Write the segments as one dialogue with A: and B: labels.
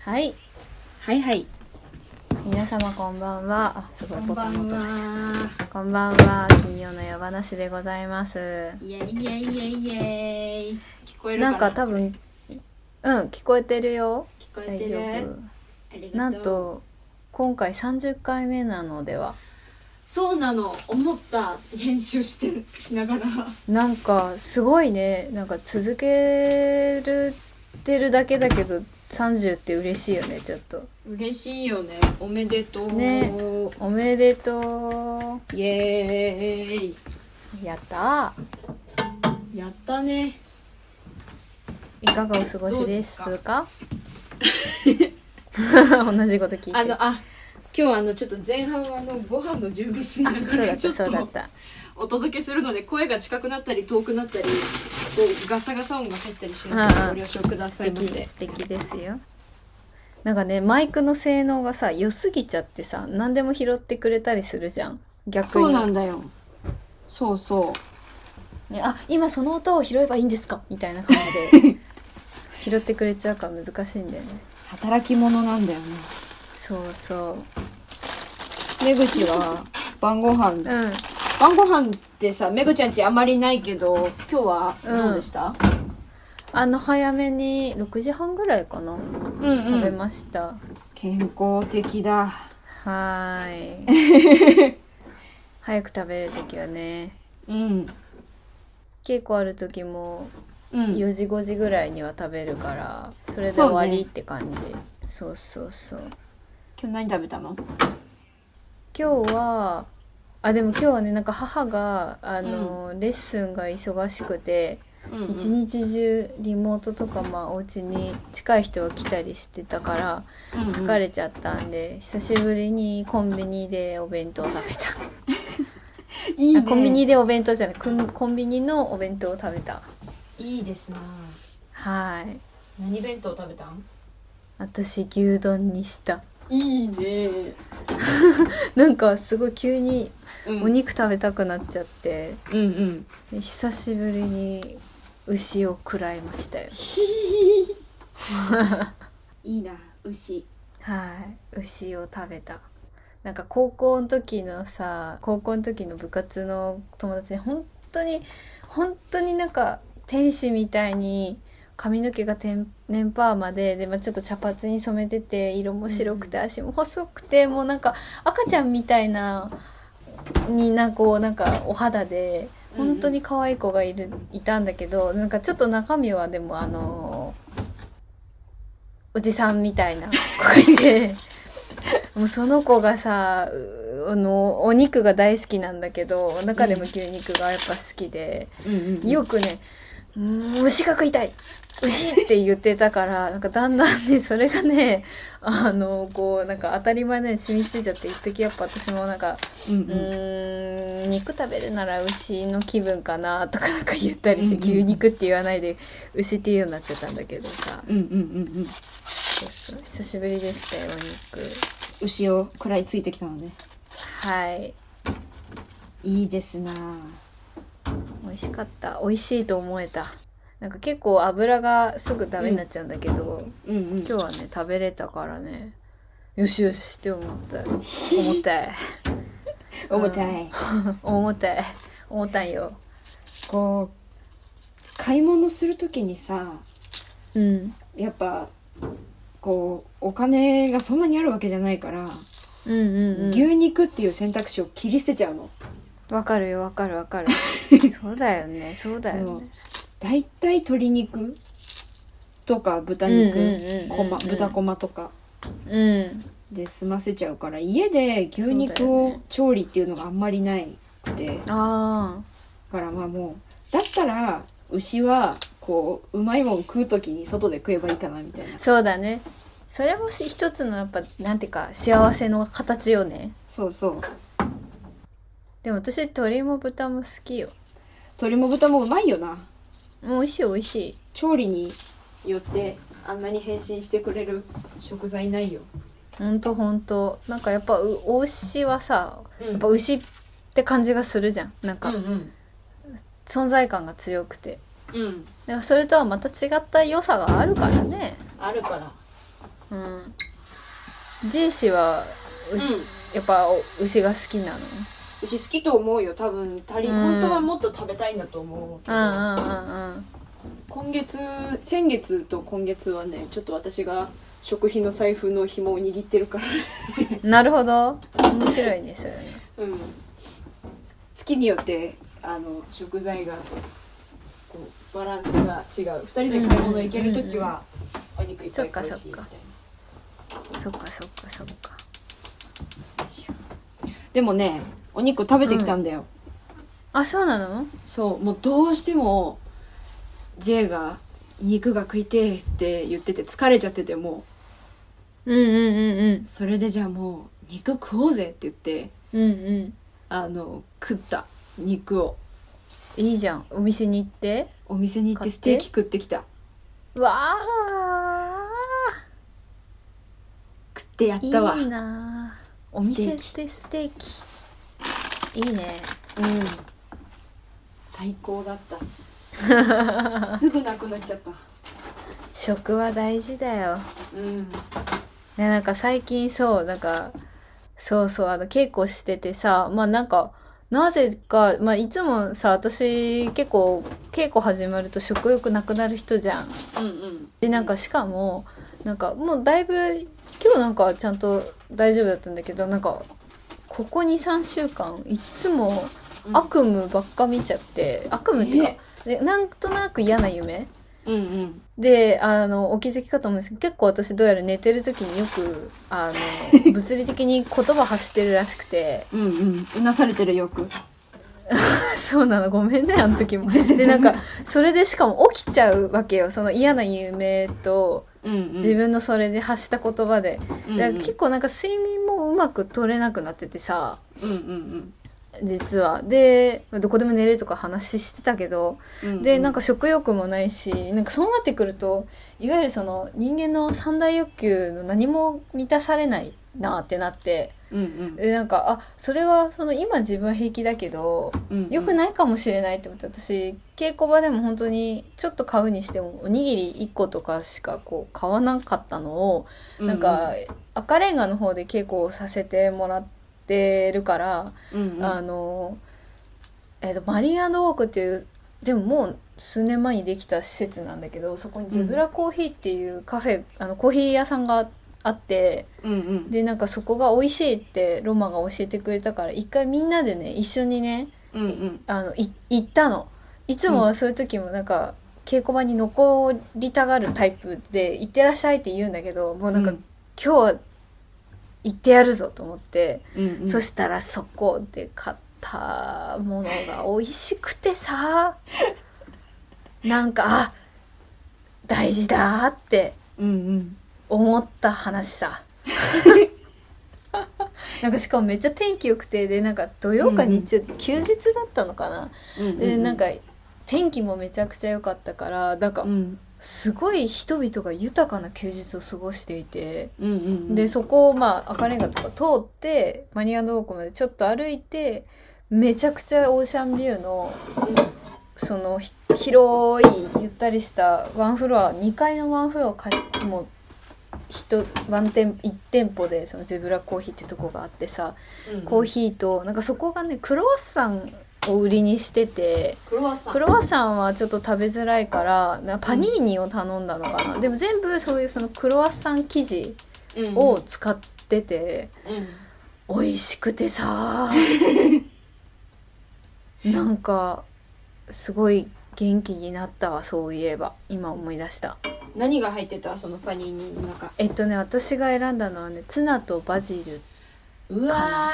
A: はい
B: はいはい。
A: 皆様こんばんはあすごいボタン音出しちゃ
B: は。
A: うこんばんは金曜の夜話でございます
B: イエイイエイイエイイエイ。聞こえるか
A: な
B: な。
A: んか多分うん聞こえてるよ
B: 聞こえ
A: 大
B: て
A: 丈
B: る。
A: 夫
B: ありが
A: なん。と今回30回目なのでは
B: そうなの。思った編集してしながら。
A: なんかすごいねなんか続けるてるだけだけど30って嬉しいよねちょっと
B: 嬉しいよね。おめでとう。
A: ねおめでと
B: イエーイ。
A: うやった
B: やったね。
A: いかがお過ごしです
B: どう
A: か 同じこと聞いてる
B: あのあ。今日あのちょっと前半はあのご飯の準備しな
A: あそう
B: が
A: だ
B: ら
A: っ
B: ちょ
A: た
B: っ
A: そうだっ
B: と
A: た
B: お届けするので声が近くなったり遠くなったりこうガサガサ音が入ったりします
A: うん
B: の
A: うん
B: でご了承くださ
A: 素
B: いま
A: 敵
B: せ。
A: 素敵ですよなんかねマイクの性能がさ良すぎちゃってさ何でも拾ってくれたりするじゃん逆
B: そう
A: に
B: なんだよそうそう
A: ね、あ今その音を拾えばいいんですかみたいな感じ で拾ってくれちゃうから難しいんだよね
B: 働き者なんだよね
A: そうそ
B: めぐしは晩ご飯
A: ううん
B: 晩ご飯ってさめぐちゃんちあまりないけど今日は
A: うん
B: どうでした、
A: あの早めに6時半ぐらいかな
B: うん、うん
A: 食べました、
B: 健康的だ
A: はーい 早く食べる時はね
B: うん
A: 稽古ある時も
B: うん
A: 4時5時ぐらいには食べるからそれで終わりって感じそう,、そうそう
B: 今日何食べたの
A: 今日はあでも今日はねなんか母があの、レッスンが忙しくて
B: うんうん
A: 一日中リモートとかまあお家に近い人は来たりしてたから
B: うんうん
A: 疲れちゃったんで久しぶりにコンビニでお弁当を食べた
B: いいね
A: あコンビニでお弁当じゃないくんコンビニのお弁当を食べた
B: いいですな
A: はい
B: 何弁当食べたん
A: 私牛丼にした
B: いいね、
A: なんかすごい急に
B: うん、
A: お肉食べたくなっちゃって
B: うん うん
A: で久しぶりに牛を食らいましたよ
B: いいな牛
A: はい牛を食べたなんか高校の時のさ高校の時の部活の友達に本当に本当になんか天使みたいに髪の毛がテン年パーマでで、まあ、ちょっと茶髪に染めてて色も白くて足も細くてもうなんか赤ちゃんみたいなになこうなんかお肌で本当に可愛い子がいるいたんだけどなんかちょっと中身はでもあのおじさんみたいな子がいてもうその子がさうあのお肉が大好きなんだけど中でも牛肉がやっぱ好きで、
B: うんうんうん
A: よくね「うーん牛が食いたい牛!」って言ってたからなんかだんだんねそれがねあのこうなんか当たり前のように染みついちゃって一時やっぱ私もなんか
B: う
A: う
B: んうん
A: ーん肉食べるなら牛の気分かなとかなんか言ったりして、
B: うんうん
A: 牛肉って言わないで牛っていうようになっちゃったんだけどさ、
B: うんうんうんうん
A: そうそう久しぶりでしたよお肉
B: 牛を食らいついてきたので
A: はい
B: いいですな
A: 美味しかった美味しいと思えたなんか結構油がすぐダメになっちゃうんだけど、
B: うんうん
A: 今日はね食べれたからねよしよしって思った重た い
B: 重たい
A: 重たい重たいよ
B: こう買い物するときにさ
A: うん
B: やっぱこうお金がそんなにあるわけじゃないから、
A: うんうんうん
B: 牛肉っていう選択肢を切り捨てちゃうの
A: わかるよわかるわか るそうだよねそうだよね
B: 大体鶏肉とか豚肉、
A: うんうんうんうん
B: こま豚こまとか
A: うん
B: で済ませちゃうから家で牛肉
A: そうだよ
B: を調理っていうのがあんまりないくてだ,、
A: あ
B: からまあもうだったら牛はこううまいもん食う時に外で食えばいいかなみたいな
A: あそうだねそれもし一つのやっぱなんていうか幸せの形よね
B: そうそう
A: でも私鶏も豚も好きよ
B: 鶏も豚もうまいよな
A: もう美味しい美味しい
B: 調理によってあんなに変身してくれる食材ないよ、
A: ほんとほんとなんかやっぱうお牛はさ
B: うん、
A: やっぱ牛って感じがするじゃんなんか
B: うんうん
A: 存在感が強くて
B: うん
A: だからそれとはまた違った良さがあるからね
B: あるから
A: うん。ジェイシは牛、
B: うん
A: やっぱお牛が好きなの
B: 牛好きと思うよ多分足り、
A: うん
B: 本当はもっと食べたいんだと思うけど、
A: うんうんうん
B: 今月先月と今月はねちょっと私が食費の財布の紐を握ってるから、
A: うん。なるほど。面白いね、それね。
B: うん、月によってあの食材がこうバランスが違う2人で買い物行ける時はお肉いっぱい買うし
A: そっ
B: みた
A: かそっか
B: い
A: そっかそっかそっか。
B: なでもねお肉食べてきたんだよ、
A: あ、そうなの
B: そうもうどうしても J が「肉が食いてえ」って言ってて疲れちゃってても
A: うんうんうんうん
B: う。それでじゃあもう肉食おうぜって言って
A: うんうん。
B: あの食った肉を
A: いいじゃん。お店に行って。
B: お店に行っ
A: 買
B: て
A: って
B: ステーキ食ってきた
A: わ
B: 食ってや
A: ー
B: ったわ
A: いいなーお店でステーキ。いいね。
B: うん最高だった すぐなくなっちゃった
A: 食は大事だよ。
B: うん
A: ね、なんか最近そう、なんか、そうそう、あの、稽古しててさ、まあなんか、なぜか、まあいつもさ、私結構、稽古始まると食欲なくなる人じゃん。
B: うんうん
A: で、なんかしかも、なんかもうだいぶ、今日なんかちゃんと大丈夫だったんだけど、なんか、ここ2、3週間、いつも
B: うん
A: 悪夢ばっか見ちゃって、悪夢ってか、でなんとなく嫌な夢
B: うんうん
A: で、あの、お気づきかと思うんですけど、結構私どうやら寝てる時によく、あ の、物理的に言葉発してるらしくて、
B: うんうんうなされてるよく
A: そうなの、ごめんね、あの時も。で、なんか、それでしかも起きちゃうわけよ。その嫌な夢と、
B: うんうん
A: 自分のそれで発した言葉で。
B: うん
A: だから
B: うん
A: 結構なんか睡眠もうまく取れなくなっててさ、
B: うんうん
A: 実は。で、まあどこでも寝れるとか話してたけど、
B: うん
A: でなんか食欲もないしなんかそうなってくるといわゆるその人間の三大欲求の何も満たされないなってなって
B: うんうん
A: でなんかあそれはその今自分は平気だけど
B: うんうん
A: 良くないかもしれないって思って私稽古場でも本当にちょっと買うにしてもおにぎり1個とかしかこう買わなかったのをなんか赤レンガの方で稽古をさせてもらってるから。
B: うんうん
A: あの、えっとマリーウォークっていうでももう数年前にできた施設なんだけどそこにゼブラコーヒーっていうカフェ、あのコーヒー屋さんがあって
B: うんうん
A: でなんかそこが美味しいってロマが教えてくれたから一回みんなでね一緒にね
B: うんうん
A: あのい行ったのいつもはそういう時もなんか、稽古場に残りたがるタイプで「行ってらっしゃい」って言うんだけどもうなんか、
B: うん
A: 今日は行ってやるぞと思って、
B: うんうん
A: そしたらそこで買ったものが美味しくてさなんかあ大事だって
B: うんうん
A: 思った話 さなんかしかもめっちゃ天気良くてでなんか土曜か日曜、休日だったのかな、
B: うんうん
A: でなんか天気もめちゃくちゃ良かったからなんか
B: うん
A: すごい人々が豊かな休日を過ごしていて。
B: うんうん
A: でそこをまあ赤レンガとか通ってマニアドークまでちょっと歩いてめちゃくちゃオーシャンビューのそのひ広いゆったりしたワンフロア2階のワンフロアを貸しもう人ワン店1店舗でそのゼブラコーヒーってとこがあってさ
B: うん
A: コーヒーとなんかそこがねクロワッサンを売りにしてて
B: クロワッサン
A: クロワッサンはちょっと食べづらいからなパニーニを頼んだのかな、でも全部そういうそのクロワッサン生地
B: うん
A: を使ってて、
B: うん
A: 美味しくて さなんかすごい元気になったわそういえば今思い出した
B: 何が入ってたそのパニーニの中
A: えっとね私が選んだのはねツナとバジル
B: うわ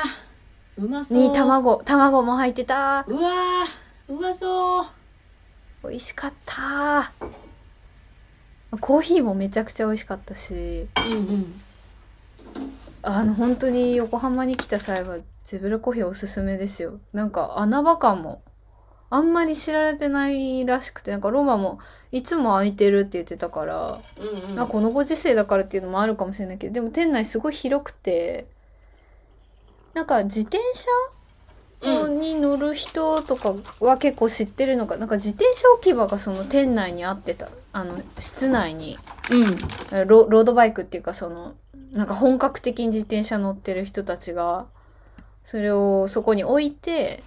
B: ーうまそう
A: に卵卵も入ってた
B: うわーうまそう
A: 美味しかったコーヒーもめちゃくちゃ美味しかったし
B: うんうん
A: あの本当に横浜に来た際はゼブラコーヒーおすすめですよなんか穴場かもあんまり知られてないらしくてなんかロマもいつも空いてるって言ってたから、
B: うんうん
A: まあこのご時世だからっていうのもあるかもしれないけどでも店内すごい広くてなんか自転車トに乗る人とかは結構知ってるのか、なんか自転車置き場がその店内にあってた、あの、室内に、
B: うん
A: ロロードバイクっていうかその、なんか本格的に自転車乗ってる人たちが、それをそこに置いて、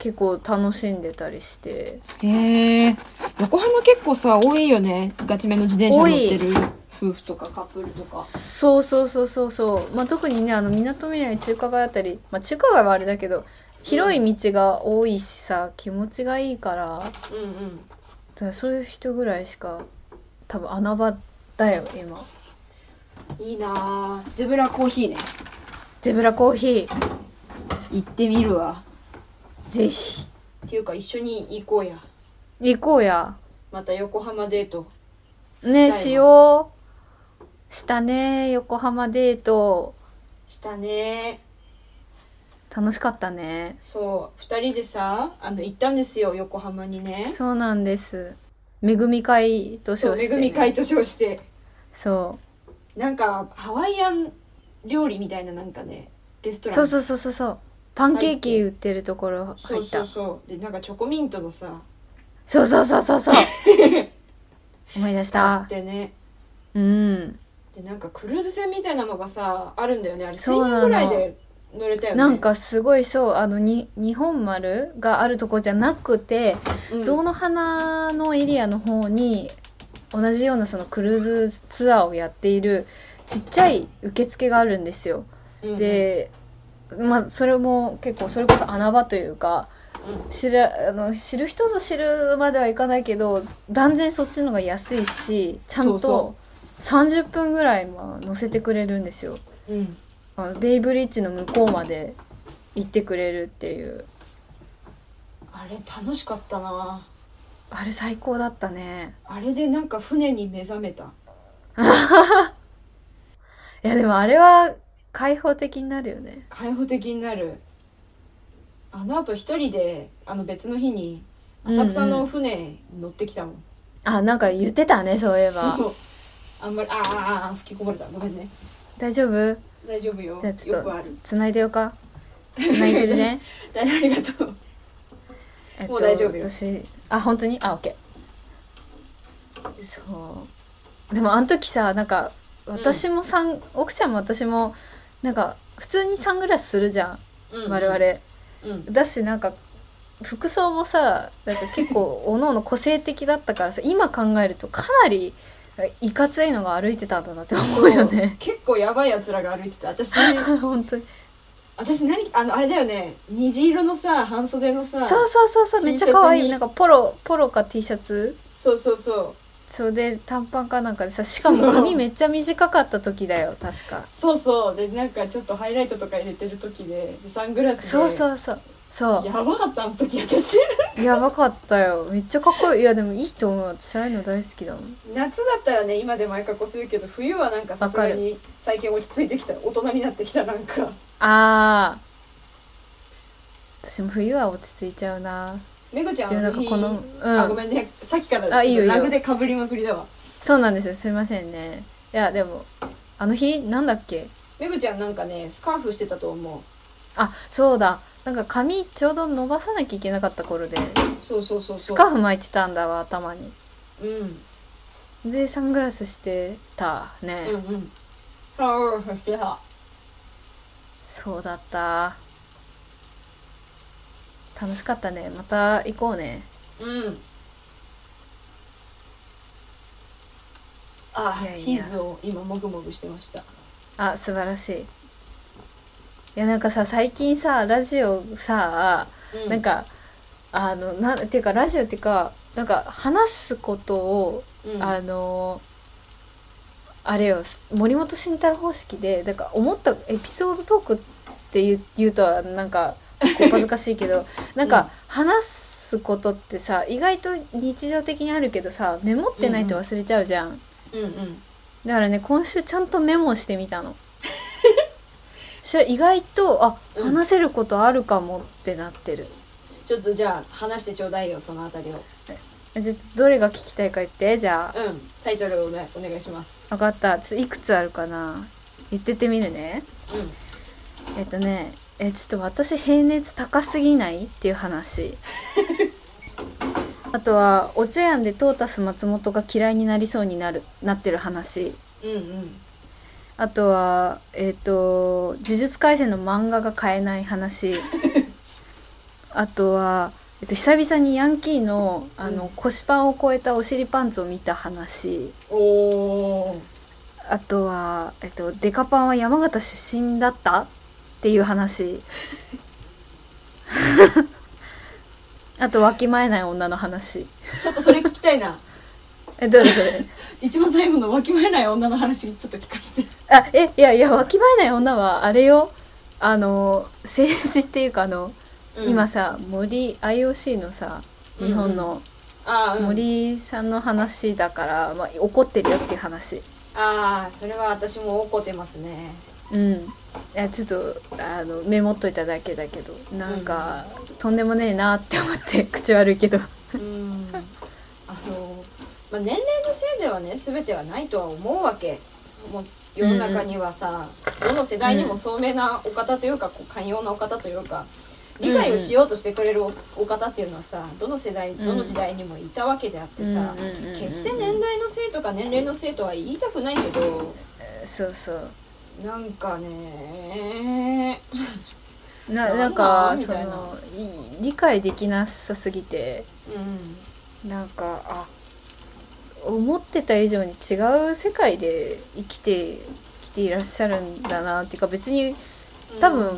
A: 結構楽しんでたりして、
B: へえ横浜結構さ多いよねガチめの自転車乗ってる夫婦とかカップルとか
A: そうそうそうそうそう、まあ、特にねあのみなとみらい中華街あたり、まあ、中華街はあれだけど広い道が多いしさ気持ちがいいからだか
B: うんうん
A: らそういう人ぐらいしか多分穴場だよ今
B: いいなあゼブラコーヒーね
A: ゼブラコーヒー
B: 行ってみるわ
A: ぜひ
B: っていうか一緒に行こうや
A: 行こうや
B: また横浜デート
A: ね
B: したいわ
A: しようしたね横浜デート
B: したね
A: 楽しかったね
B: そう2人でさあの行ったんですよ横浜にね
A: そうなんです恵み会と
B: そ
A: 称
B: うめ
A: して、
B: ぐ
A: ね、
B: み会と称して
A: そ
B: なんかハワイアン料理みたいななんかねレスト
A: う
B: ラン
A: そうそうそうそうそうパンケーキ売ってるところ
B: そ
A: 入
B: う
A: った
B: そうそうでなんかチョコミントのさ
A: そうそうそうそうそう 思い出した
B: でね
A: うん
B: でなんかクルーズ船みたいなのがさあるんだよねあれ
A: そう
B: 1000
A: な
B: 円
A: の
B: ぐらいで乗れたよね
A: なん、かすごいそうあのに日本丸があるとこじゃなくて
B: うん
A: 象の花のエリアの方に同じようなそのクルーズツアーをやっているちっちゃい受付があるんですよ。
B: うん
A: でまあそれも結構それこそ穴場というか
B: う
A: 知らあの知る人ぞ知るまではいかないけど断然そっちのが安いしちゃんと
B: そ
A: 30分ぐらいまあ乗せてくれるんですよ
B: うん
A: あベイブリッジの向こうまで行ってくれるっていう
B: あれ楽しかったな
A: あれ最高だったね
B: あれでなんか船に目覚めた
A: いやでもあれは開放的になるよね
B: 開放的になるあのあと一人であの別の日に浅草の船に乗ってきたもん、
A: あなんか言ってたねそういえば
B: そうあんまりあーあーあー吹きこぼれたごめんね
A: 大丈夫
B: 大丈夫よ
A: じゃあちょ
B: よ
A: っ
B: く
A: と
B: あ
A: つ
B: る
A: つないでようかつないでる ね
B: 大ありがとう
A: えっと
B: もう大丈夫よ
A: 私あ本当にあオッケーそうでもあの時さなんか私もさん、奥ちゃんも私もなんか普通にサングラスするじゃん我々、
B: うん
A: だしなんか服装もさなんか結構おのおの個性的だったからさ今考えるとかなりいかついのが歩いてたんだなって思うよね
B: 結構やばいやつらが歩いてた 私
A: 本当に
B: 私何あのあれだよね虹色のさ半袖のさ
A: そうそうそうそうめっちゃ可愛い
B: T シャツに
A: なんかポロポロか T シャツ
B: そうそうそう
A: そうで短パンかなんかでさしかも髪めっちゃ短かった時だよ確か
B: そうそうでなんかちょっとハイライトとか入れてる時ででサングラスで
A: そうそうそうそ
B: やばかったあの時私
A: うやばかったよめっちゃかっこいいいやでもいいと思う私ああいうの大好きだもん
B: 夏だったらね今で毎回こするけど冬はなんかさすがに最近落ち着いてきた大人になってきたなんか
A: あー私も冬は落ち着いちゃうな
B: めぐちゃん
A: でもな
B: あ
A: ん
B: の
A: か
B: 日
A: このうん
B: あごめんねさっきから
A: あいいよいいよ
B: ラグでかぶりまくりだわ
A: そうなんですよすいませんねいやでもあの日なんだっけ
B: めぐちゃんなんかねスカーフしてたと思う
A: あそうだなんか髪ちょうど伸ばさなきゃいけなかった頃で
B: そうそうそうそ
A: ス
B: う
A: カーフ巻いてたんだわ頭に
B: うんうん
A: でサングラスしてたね、
B: うんああいや
A: そうだった楽しかったねまた行こうね
B: うんあ
A: いやいや
B: チーズを今もぐもぐしてました
A: あ素晴らしいいやなんかさ最近さラジオさなんかあのなんていうかラジオっていうかなんか話すことを、
B: うん
A: あのあれよ森本慎太郎方式でなんか思ったエピソードトークって言う言うとはなんかこっぱずかしいけ どなん
B: うん
A: か話すことってさ意外と日常的にあるけどさメモってないと忘れちゃうじゃん、
B: うんうん
A: だからね今週ちゃんとメモしてみた のそしたら意外とあ
B: うん
A: 話せることあるかもってなってる、
B: ちょっとじゃあ話してちょうだいよそのあたりを
A: じゃどれが聞きたいか言ってじゃあ
B: うんタイトルをねお願いします
A: 分かったちょっといくつあるかな言ってってみるね
B: うん
A: えっとねえちょっと私平熱高すぎないっていう 話あとはおちょやんでトータス松本が嫌いになりそうになるなってる話
B: うんうん
A: あとはえっ、と「呪術廻戦」の漫画が買えない 話あとは、えっと久々にヤンキーのあの、
B: うん
A: 腰パンを超えたお尻パンツを見た話
B: おお
A: あとは、えっと、デカパンは山形出身だったっていう話あとわきまえない女の話
B: ちょっとそれ聞きたいな
A: えどれどれ
B: 一番最後のわきまえない女の話ちょっと聞かせて
A: あえいやいやわきまえない女はあれよあの政治っていうかあの、今さ森 IOC のさ日本の
B: あー、うん、
A: 森さんの話だから、まあ、怒ってるよっていう話
B: ああそれは私も怒ってますね
A: うんいやちょっとあのメモっといただけだけどなんか、とんでもねえなって思って口悪いけど
B: うんあの、まあ、年齢のせいではね全てはないとは思うわけその世の中にはさ、どの世代にも聡明なお方というかこう寛容なお方というか理解をしようとしてくれるおお方っていうのはさどの世代
A: ん
B: どの時代にもいたわけであってさ
A: うんうんうんうん
B: 決して年代のせいとか年齢のせいとは言いたくないけど
A: そうそう
B: なんかね
A: な
B: な
A: なんん
B: な
A: か
B: んみ
A: そ
B: たいな
A: のい理解できなさすぎて
B: うん
A: なんかあ思ってた以上に違う世界で生きてきていらっしゃるんだなっていうか別に多分、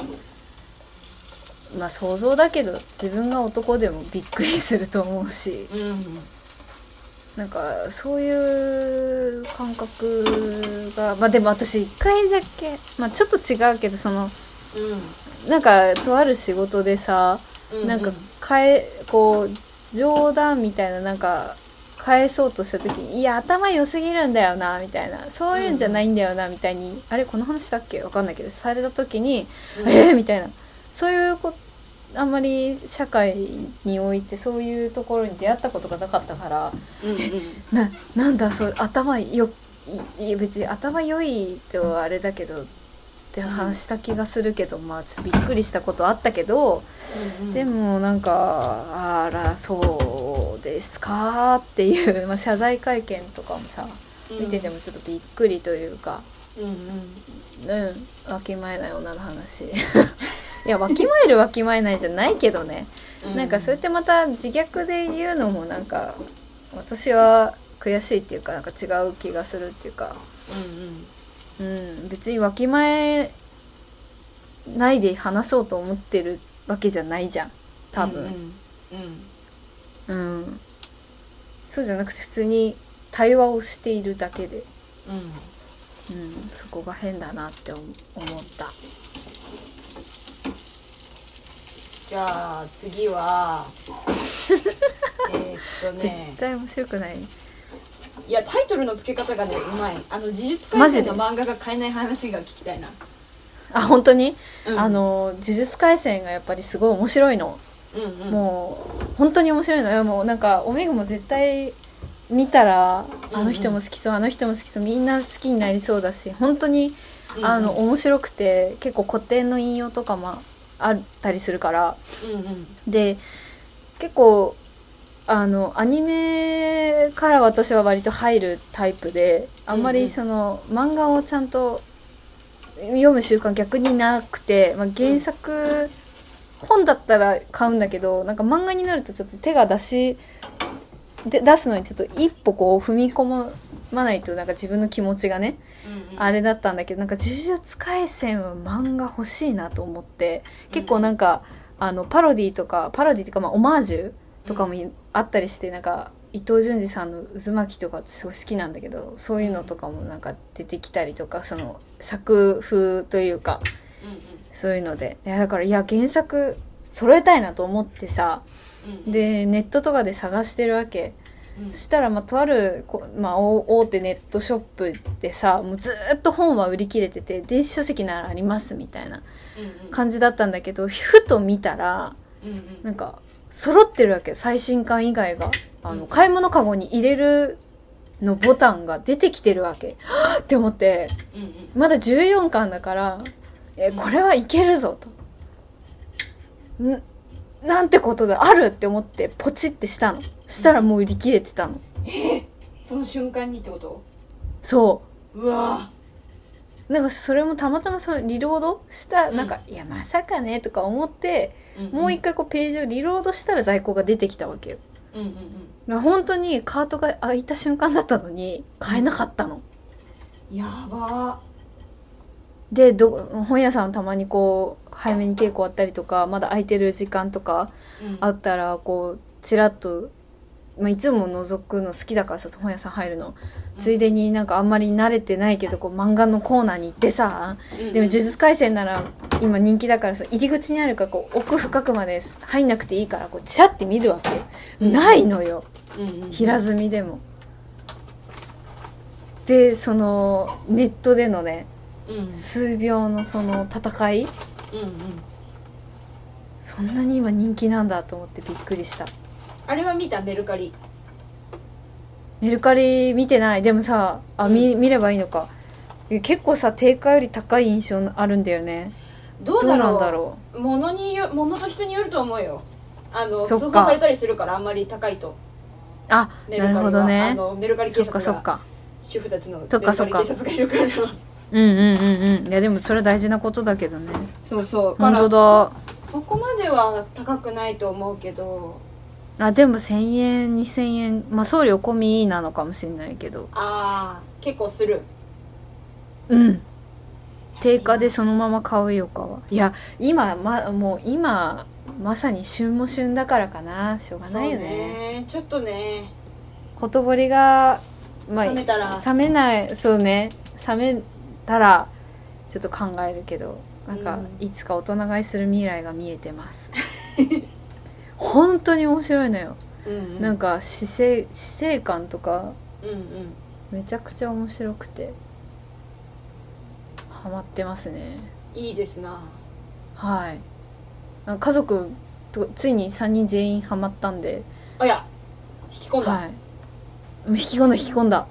A: まあ想像だけど自分が男でもびっくりすると思うし。
B: うん
A: なんかそういう感覚がまあでも私一回だけ、まあ、ちょっと違うけどそのなんかとある仕事でさ
B: うん
A: なんか変えこう冗談みたいななんか返そうとした時に「いや頭良すぎるんだよな」みたいな「そういうんじゃないんだよな」みたいに「あれこの話だっけ?」わかんないけどされた時に「
B: うん
A: えーみたいなそういうこあんまり社会においてそういうところに出会ったことがなかったから。
B: うんうん
A: ななんだそれ頭よいい別に頭良いとはあれだけどって話した気がするけど、まあちょっとびっくりしたことあったけど、
B: うんうん
A: でもなんかあらそうですかっていう、まあ、謝罪会見とかもさ見ててもちょっとびっくりというか、
B: うんうん
A: うん、わきまえない女の話 いやわきまえるわきまえないじゃないけどね
B: う
A: なんかそうやってまた自虐で言うのもなんか私は悔しいっていうかなんか違う気がするっていうか、
B: う
A: うん、別にわきまえないで話そうと思ってるわけじゃないじゃん多
B: ん
A: 分、
B: うんうん
A: うんそうじゃなくて普通に対話をしているだけで、
B: うん
A: うん、そこが変だなって思思った
B: じゃあ 次はえーっとね
A: 絶対面白くない
B: いやタイトルの付け方がねうまいあの「呪術廻戦」の漫画が買えない話が聞きたいな、
A: あ本当に、
B: うん
A: あの「呪術廻戦」がやっぱりすごい面白いの
B: うんうん、
A: もう本当に面白いのよもうなんかオメガも絶対見たらあの人も好きそう、あの人も好きそうみんな好きになりそうだし本当に
B: うんうん
A: あの、面白くて結構古典の引用とかもあったりするから
B: うんうん
A: で結構あのアニメから私は割と入るタイプであんま
B: うんう
A: り
B: ん
A: その、漫画をちゃんと読む習慣逆になくて、まあ、原作、本だったら買うんだけどなんか漫画になるとちょっと手が出しで出すのにちょっと一歩こう踏み込まないとなんか自分の気持ちがね
B: うんうん
A: あれだったんだけどなんか「呪術廻戦」は漫画欲しいなと思って結構なんか、あのパロディとかパロディっていうかまあオマージュとかもいあったりしてなんか伊藤潤二さんの渦巻きとかってすごい好きなんだけどそういうのとかもなんか出てきたりとかその作風というか
B: うん
A: そういうのでいやだからいや原作揃えたいなと思ってさ
B: うんうん
A: でネットとかで探してるわけ
B: うん
A: そしたら、まあ、とあるこ、まあ、大大手ネットショップでさもうずーっと本は売り切れてて電子書籍ならありますみたいな
B: うん
A: 感じだったんだけどふと見たら
B: うんうん
A: なんか揃ってるわけよ最新刊以外があの、
B: うん
A: 買い物かごに入れるのボタンが出てきてるわけ はぁって思って
B: うんうん
A: まだ14巻だからえこれはいけるぞとんなんてことだあるって思ってポチってしたのしたらもう売り切れてたの
B: その瞬間にってこと
A: そう
B: わ
A: うなんかそれもたまたまそのリロードした
B: うん
A: なんか、いやまさかねとか思って
B: ー
A: もう一回こうページをリロードしたら在庫が出てきたわけよ
B: うんうんうん
A: だから本当にカートが開いた瞬間だったのに買えなかったの
B: やば
A: でど本屋さんたまにこう早めに稽古あったりとかまだ空いてる時間とか
B: ー、うん
A: あったらこうちらっと、まあ、いつも覗くの好きだからさ本屋さん入るの
B: うん
A: ついでになんかあんまり慣れてないけどこう漫画のコーナーに行ってさでも「呪術廻戦」なら今人気だからさ入り口にあるからこう奥深くまで入んなくていいからこうチラって見るわけ
B: うん
A: ないのよ
B: うんうん
A: 平積みでも。でそのネットでのね
B: うんうん
A: 数秒のその戦い
B: うん
A: そんなに今人気なんだと思ってびっくりした
B: あれは見たメルカリ
A: メルカリ見てないでもさあ、見見ればいいのかえ結構さ定価より高い印象あるんだよね
B: どう
A: ど
B: だ
A: う
B: ろ
A: な
B: うん
A: だろ
B: 物によ物と人によると思うよあの
A: そ
B: 通
A: っか
B: 報されたりするからあんまり高いと
A: うあ
B: メル
A: な
B: カ
A: る
B: リは
A: ほど
B: あ
A: ね
B: のメルカリ
A: そ
B: 警
A: っかそ
B: 察
A: っ
B: が
A: か
B: 主婦たちのメ
A: そっ
B: ル
A: か
B: カ
A: そっ
B: リ
A: か
B: 警察がいるから
A: うんうんうんうんいやでもそれは大事なことだけどね
B: そうそうか
A: 本
B: ら
A: 当だ
B: そそこまでは高くないと思うけど
A: あでも1000円2000円まあ送料込みなのかもしれないけど
B: ああ結構する
A: うん定価でそのまま買うよかはいや今、ま、もう今まさに旬も旬だからかなしょうがないよ
B: そう
A: ね
B: ねちょっとね
A: ほとぼりが、まあ、
B: 冷めたら
A: 冷めないそうね冷めたらちょっと考えるけどなんか、
B: うん
A: いつか大人買いする未来が見えてます 本当に面白いのよ、
B: うんうん
A: なんか姿勢姿勢感とか
B: うんうん
A: めちゃくちゃ面白くてハマってますね
B: いいですな
A: はいなんか家族とついに3人全員ハマったんで
B: あいや引き込んだ、
A: はいもう引き込んだ引き込 んだ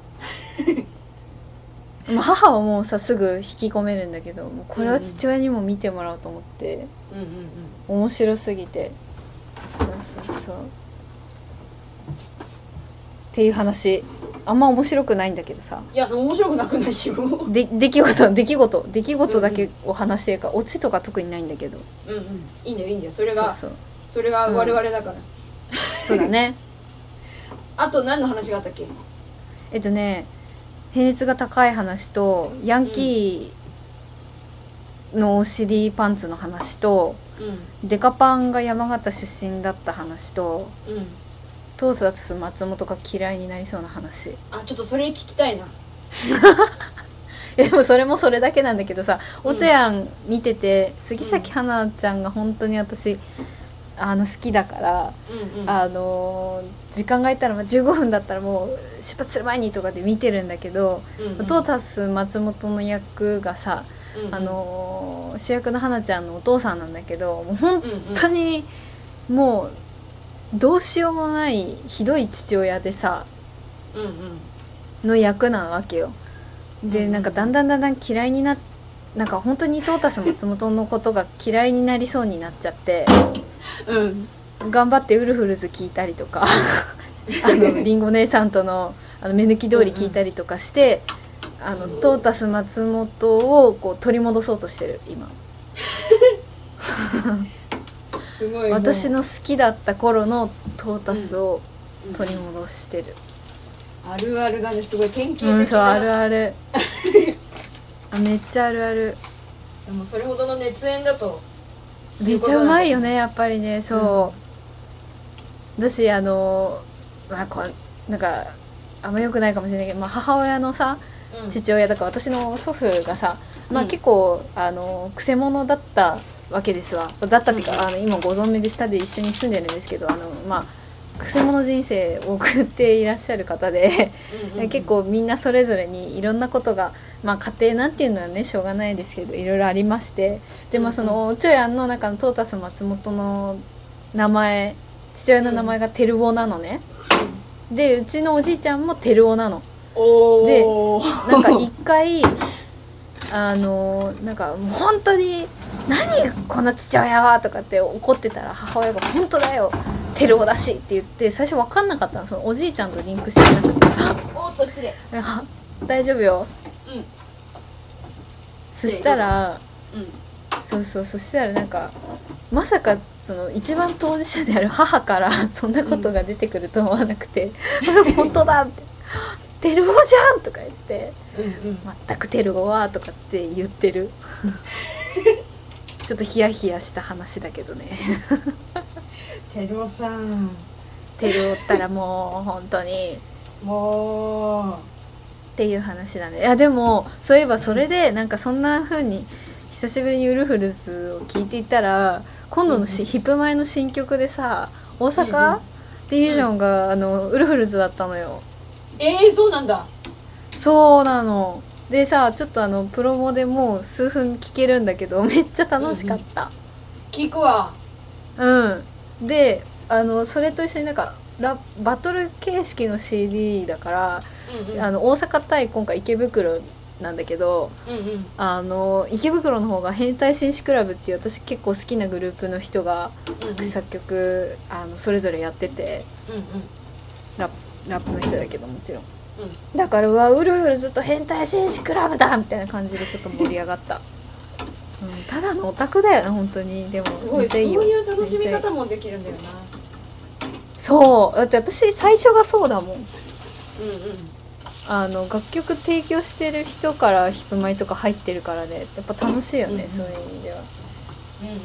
A: もう母はもうさすぐ引き込めるんだけどもうこれは父親にも見てもらおうと思って、
B: うんうんうん
A: 面白すぎてそうそうそうっていう話あんま面白くないんだけどさ
B: いやそう面白くなくないようん
A: で出来事出来事出来事だけを話してるから、オチとか特にないんだけど
B: うんいいんだよいいんだよそれ
A: そ
B: が
A: うそう
B: それが我々だから、
A: そうだね
B: あと何の話があったっけ
A: えっとね比熱が高い話とヤンキーのお尻パンツの話と、
B: う
A: デカパンが山形出身だった話と
B: んうん
A: トーサス松本が嫌いになりそうな話
B: あちょっとそれ聞きたいな
A: いやでもそれもそれだけなんだけどさ
B: うん
A: おちょやん見てて、杉咲花ちゃんが本当に私あの好きだから、
B: うんうん
A: あのー時間が空いたらまあ15分だったらもう出発する前にとかで見てるんだけど、
B: うんうん
A: トータス松本の役がさ、
B: うんうん
A: あのー主役の花ちゃんのお父さんなんだけどもう本
B: うんうん
A: 当にもうどうしようもないひどい父親でさ
B: うんうん
A: の役なわけよ。で
B: うん
A: なんかだんだんだんだん嫌いにななんか本当にトータス松本のことが嫌いになりそうになっちゃって
B: うん
A: 頑張ってウルフルズ聞いたりと かあのりんご姉さんとのあの目抜き通り聞いたりとかして、あのトータス松本をこう取り戻そうとしてる今。
B: すごい
A: 私
B: の
A: の好きだった頃のトータスを取り戻してる、
B: あるあるだねすごい典型
A: うん
B: 的
A: そう
B: な
A: あるあ るあめっちゃあるある
B: でもそれほどの熱演だと
A: めっちゃうまいよねやっぱりねそう、だしあのまあこうなんかあんま良くないかもしれないけど、まあ、母親のさ
B: うん
A: 父親だから私の祖父がさ、まあ、
B: うん
A: 結構あのくせ者だったわけですわだったっていうか、
B: うん
A: あの今ご存命で下で一緒に住んでるんですけどあのまあくせ者人生を送っていらっしゃる方で、
B: うんう ん
A: 結構みんなそれぞれにいろんなことが、まあ、家庭なんていうのはねしょうがないですけどいろいろありましてでまあその、おちょやんの中のトータス松本の名前父親の名前がテルオなのね、でうちのおじいちゃんもテルオなの。
B: おお
A: なんか一回あのなんかもう本当に「何この父親は!」とかって怒ってたら母親が「本当だよテルオだし」って言って最初分かんなかったのそのおじいちゃんとリンクしてなくてさ
B: おーっと失礼
A: いや大丈夫よ
B: うん
A: そしたら
B: うん
A: そうそうそしたらなんかまさかその一番当事者である母からそんなことが出てくると思わなくて「これ 本当だ!」って「テルオじゃん!」とか言って
B: うんうん
A: 「全くテルオは」とかって言ってるちょっとヒヤヒヤした話だけどね
B: テルオさん
A: テルオったらもう本当に
B: もう
A: っていう話だねいやでもそういえばそれでなんかそんな風に久しぶりにウルフルズを聞いていたら今度のし、
B: うん
A: ヒップ前の新曲でさ大
B: うん
A: 阪
B: うん
A: ディビジョンがあのウルフルズだったのよ
B: えー、そうなんだ
A: そうなのでさちょっとあのプロモでもう数分聴けるんだけどめっちゃ楽しかった
B: 聞くわ
A: うん、であのそれと一緒になんかラバトル形式の CD だから、
B: うんうん
A: あの大阪対今回池袋なんだけど
B: うんうん
A: あの池袋の方が変態紳士クラブっていう私結構好きなグループの人が
B: うん
A: 作曲あのそれぞれやってて
B: うんうん
A: ラップラップの人だけどもちろん
B: うん
A: だからうわウルフルずっと変態紳士クラブだみたいな感じでちょっと盛り上がった、うん、ただのオタクだよね本当にでも
B: すご
A: め
B: い
A: っ
B: そ
A: ちゃ
B: う
A: いいよ
B: いう楽しみ
A: めっちゃいい
B: 方もできるんだよな
A: そうだって私最初がそうだもん
B: うんうん
A: あの楽曲提供してる人からヒップマイとか入ってるからねやっぱ楽しいよね、
B: うん
A: そういう意味では
B: うんうん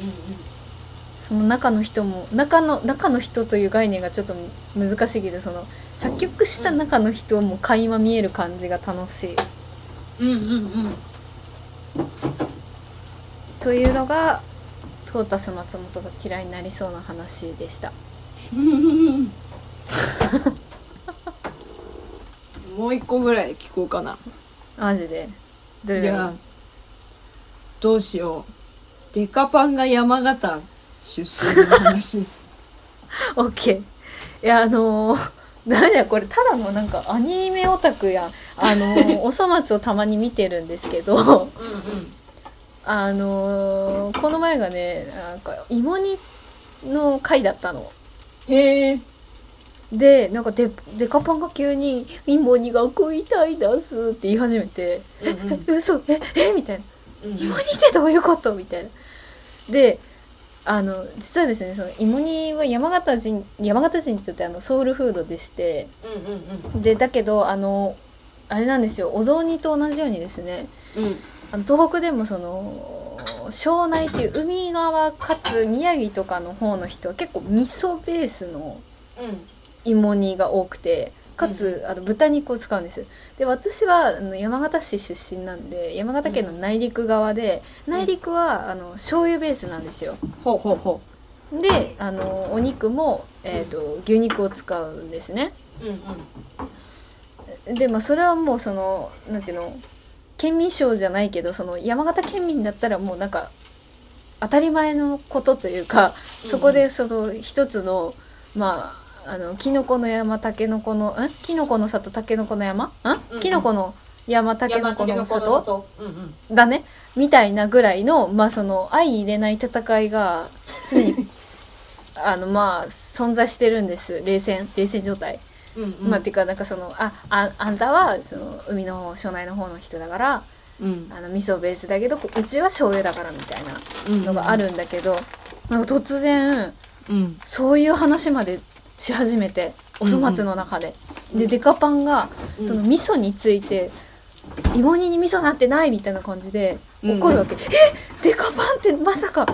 A: その中の人も中の中の人という概念がちょっと難しいけどその作曲した中の人も垣間見える感じが楽しい
B: うんうんうんうん
A: というのがトータス松本が嫌いになりそうな話でした
B: もう一個ぐらい聞こうかな
A: マジでどれ
B: い
A: がいい
B: やどうしようデカパンが山形出身の話
A: オッケーいやあのー なんだよこれただのなんかアニメオタクやんあの ーおそ松をたまに見てるんですけど
B: うんうん
A: あのーこの前がねなんか芋煮の回だったの
B: へえ
A: でなんかデデカパンが急に「芋煮が食いたいです」って言い始めて「
B: うんうん
A: え嘘ええみたいな
B: う
A: 「
B: ん
A: 芋煮ってどういうこと?」みたいな。であの実はですねその芋煮は山形人山形人にとってあのソウルフードでして
B: うん
A: でだけどあのあれなんですよお雑煮と同じようにですね
B: うんうん
A: あの東北でもその庄内っていう海側かつ宮城とかの方の人は結構味噌ベースの
B: うん
A: 芋煮が多くてかつ、あの豚肉を使うんですで私はあの山形市出身なんで山形県の内陸側で、
B: ん
A: 内陸はあの醤油ベースなんですよ
B: ほうほうほ
A: であのお肉も、えー、と牛肉を使うんですね
B: ううんうん
A: でまあそれはもうそのなんていうの県民賞じゃないけどその山形県民だったらもうなんか当たり前のことというかそこでその一つの、まああのキノコの山たけのこのんキノコの里たけのこの山ん、
B: うん
A: キノコの山たけの
B: 山
A: こ
B: 竹
A: の
B: の子の
A: 里
B: 里うんうん
A: だねみたいなぐらいのまあその相入れない戦いが常 にあのまあ存在してるんです冷戦冷戦状態。
B: うんうん
A: まあ、っていうかなんかそのあああんたはその海の方庄内の方の人だから
B: うん
A: あの味噌ベースだけどうちは醤油だからみたいな
B: うん
A: のがあるんだけど、なんか突然
B: うん
A: そういう話までし始めてお粗末の中で。
B: うん
A: でデカパンが
B: うん
A: その味噌について「芋煮に味噌なんてない」みたいな感じで怒るわけ「えデカパンってまさ か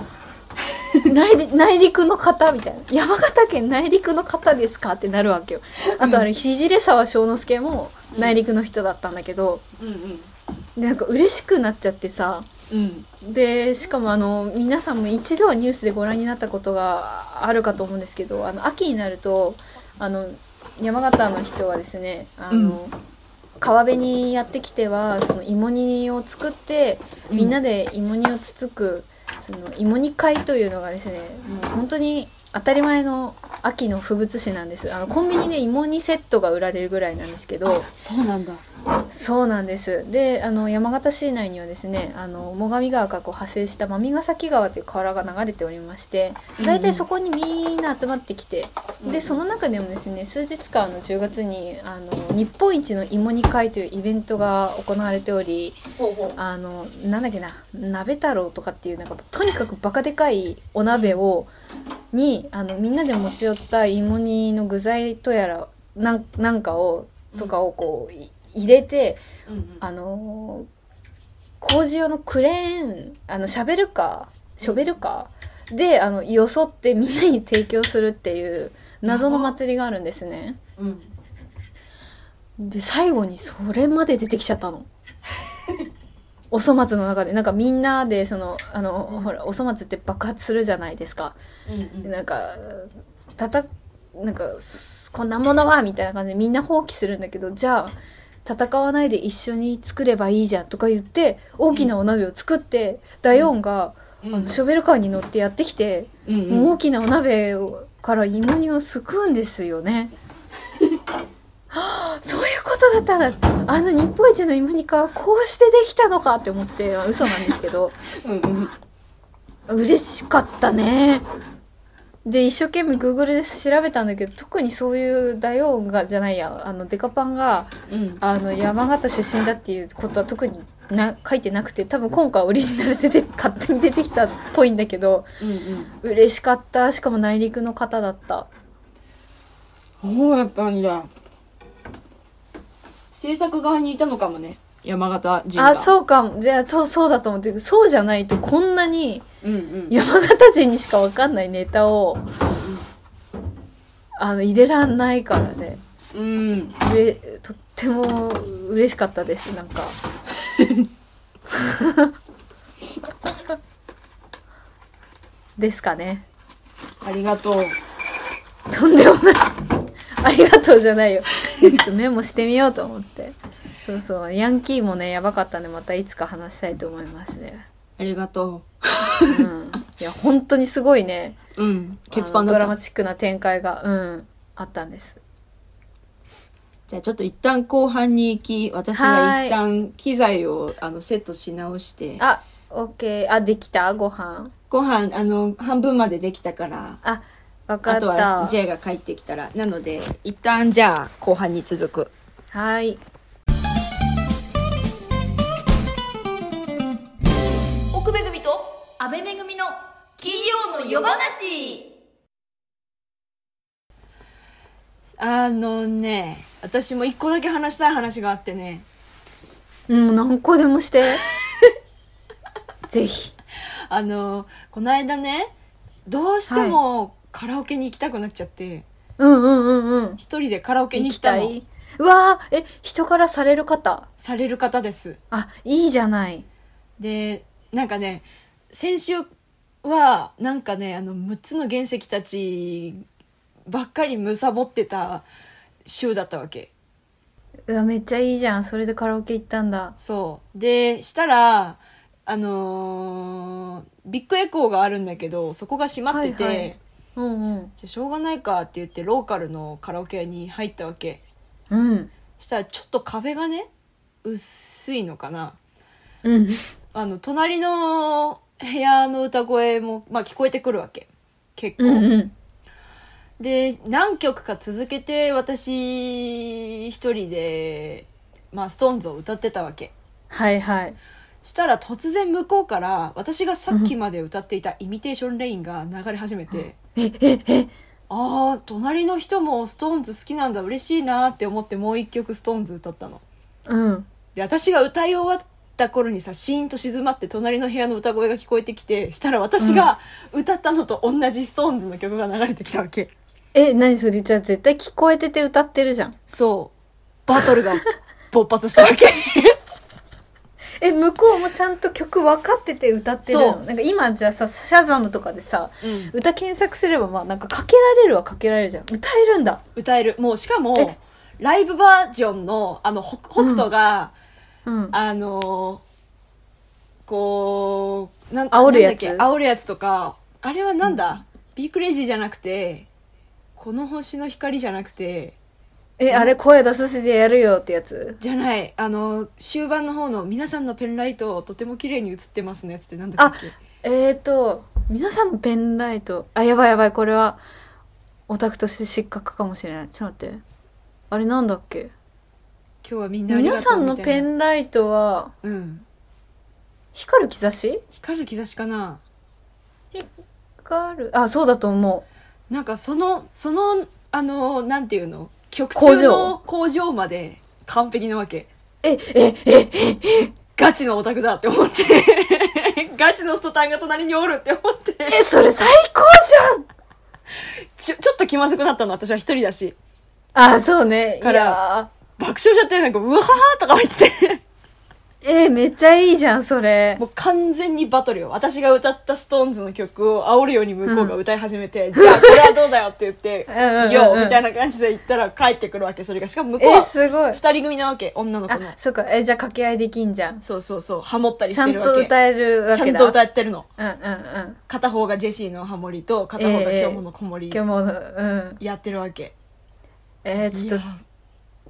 A: 内陸内陸の方?」みたいな「山形県内陸の方ですか?」ってなるわけよ。あとあれ聖沢庄之助も内陸の人だったんだけど、
B: うんうん
A: でなんか嬉しくなっちゃってさ
B: うん
A: でしかもあの皆さんも一度はニュースでご覧になったことがあるかと思うんですけどあの秋になるとあの山形の人はですねあの、川辺にやってきてはその芋煮を作ってみんなで芋煮をつつく、その芋煮会というのがですねもう本当に当たり前の秋の風物詩なんですあのコンビニで芋煮セットが売られるぐらいなんですけど
B: そうなんだ
A: そうなんですであの山形市内にはですねあの最上川からこう派生した馬見ヶ崎川という河原が流れておりまして
B: うん
A: 大体そこにみんな集まってきて、
B: うん
A: でその中でもですね数日間の10月にあの日本一の芋煮会というイベントが行われており
B: ほうほう
A: あのなんだっけな鍋太郎とかっていうなんかとにかくバカでかいお鍋をにあのみんなで持ち寄った芋煮の具材とやらなんなんかをとかをこうい入れて
B: うんうん
A: あのー工事用のクレーンあのシャベルカーショベルカーであのよそってみんなに提供するっていう謎の祭りがあるんですね。
B: うん
A: で最後にそれまで出てきちゃったのお粗末の中でなんかみんなでそのあの、
B: うん
A: ほらお粗末って爆発するじゃないですか、
B: うん
A: でなんかたたなんかすこんなものはみたいな感じでみんな放棄するんだけどじゃあ戦わないで一緒に作ればいいじゃんとか言って大きなお鍋を作って、ダヨンが、
B: うん
A: あのショベルカーに乗ってやってきて、
B: うん
A: もう
B: うん
A: 大きなお鍋をから芋煮をすくうんですよね。はあ、そういうことだったんだあの日本一の芋煮かこうしてできたのかって思ってあ嘘なんですけど
B: うんうん
A: 嬉しかったねで一生懸命 Google で調べたんだけど特にそういう大王がじゃないやあのデカパンが
B: うん
A: あの山形出身だっていうことは特にな書いてなくて多分今回オリジナルで出て勝手に出てきたっぽいんだけど
B: うん
A: 嬉しかったしかも内陸の方だった
B: うんそうやったんだ制作側にいたのかもね山形人が
A: あそうかもじゃあそうそうだと思ってそうじゃないとこんなに
B: うんうん
A: 山形人にしかわかんないネタをあの入れらんないからね
B: うん
A: うれとっても嬉しかったですなんか ですかね
B: ありがとう
A: とんでもないありがとうじゃないよちょっとメモしてみようと思ってそうそうヤンキーもねやばかったんでまたいつか話したいと思いますね
B: ありがと
A: うんいや本当にすごいね
B: ううん
A: あの
B: 血パンだ
A: ド
B: っ
A: ラ
B: た
A: マチックな展開が、うん、あったんです。
B: じゃあちょっと一旦後半に行き私が一旦機材をあのセットし直して
A: あ、オッケー。あ、できたご飯。
B: ご飯あの半分までできたから
A: あ、わか
B: あ
A: っ
B: とは
A: た。
B: J が帰ってきたらなので一旦じゃあ後半に続く
A: はい。
C: 奥めぐみと安倍めぐみの金曜の夜話
B: あのね私も一個だけ話したい話があってね
A: うん、何個でも して。ぜひ。
B: あのこの間ねどうしてもカラオケに行きたくなっちゃって
A: うんうんうんうん。
B: 一人でカラオケ
A: 行
B: に行っ
A: き
B: た
A: た
B: の
A: い。うわーえ、人からされる方。
B: される方です
A: あ、いいじゃない。
B: でなんかね先週はなんかねあの6つの原石たちばっかりむさぼってた週だったわけ
A: うわ、めっちゃいいじゃん。それでカラオケ行ったんだ。
B: そうでしたらあのービッグエコーがあるんだけどそこが閉まってて、
A: はいはいうんうん。
B: じゃあしょうがないかって言ってローカルのカラオケ屋に入ったわけ
A: うん。
B: したらちょっと壁がね薄いのかな
A: うん。
B: あの隣の部屋の歌声も、まあ、聞こえてくるわけ結構、
A: うんうん。
B: で何曲か続けて私一人で、まあ、SixTONES を歌ってたわけ
A: はいはい。
B: したら突然向こうから私がさっきまで歌っていた「イミテーション・レイン」が流れ始めて
A: え、え、え、
B: ああ隣の人も SixTONES 好きなんだ嬉しいなって思ってもう一曲 SixTONES 歌ったの
A: うん。
B: で私が歌い終わった頃にさシーンと静まって隣の部屋の歌声が聞こえてきてしたら私が歌ったのと同じ SixTONES の曲が流れてきたわけ
A: え、何それじゃあ絶対聞こえてて歌ってるじゃん。
B: そうバトルが勃発したわけ
A: え向こうもちゃんと曲分かってて歌ってる
B: そ
A: のなんか今じゃあさシャザムとかでさ歌検索すればまあなんかかけられるはかけられるじゃん歌えるんだ
B: 歌えるもうしかもライブバージョンのあの北北斗が、
A: うん
B: あのーこうなん
A: 煽るやつ
B: なんだっけ煽るやつとかあれはなんだ、ビークレイジーじゃなくてこの星の光じゃなくて
A: え、あれ声出させてやるよってやつ
B: じゃないあの終盤の方の皆さんのペンライトとても綺麗に映ってますねっつってなんだっけ
A: えーと、皆さんのペンライト。あ、やばいやばい、これは、オタクとして失格かもしれない。ちょっと待って。あれなんだっけ
B: 今日はみんなありがと
A: 皆
B: う
A: さんの
B: みた
A: ペ
B: いな
A: ンライトは、
B: うん
A: 光る兆し
B: 光る兆しかな
A: 光る、あ、そうだと思
B: なんかそのそのあのなんていうの曲中の工場まで完璧なわけ
A: う。え、え、え、
B: ガチのオタクだって思って ガチのストタンが隣におるって思って
A: え、それ最高じ
B: ちょちょっと気まずくなったの私は一人だし
A: ゃんあ、そうね。い
B: から
A: や
B: 爆笑しちゃってなんかうわははとか 言って
A: ーえめっちゃいいじゃん、それ
B: も。う完全にバトルよ私が歌ったストーンズの曲を煽るように向こうが歌い始めて、じゃあこれはどうだよって言っ て
A: うんうんうんうん
B: 「よ」みたいな感じで言ったら帰ってくるわけそれがしかも向こう
A: え、
B: は
A: すごい。
B: 二人組なわけ女の子
A: あ
B: の、
A: そっか。え、じゃあ掛け合いできんじゃん。
B: そうそうそうハモったり
A: ち
B: し
A: ゃ
B: て
A: ん
B: るわけ
A: と歌えるわけだ。
B: ちゃんと歌ってるの
A: うんうんうん。
B: 片方がジェシーのハモリと片方が今日もの子守
A: 今日も、うん。
B: やってるわけ、
A: えー、ちょっ
B: い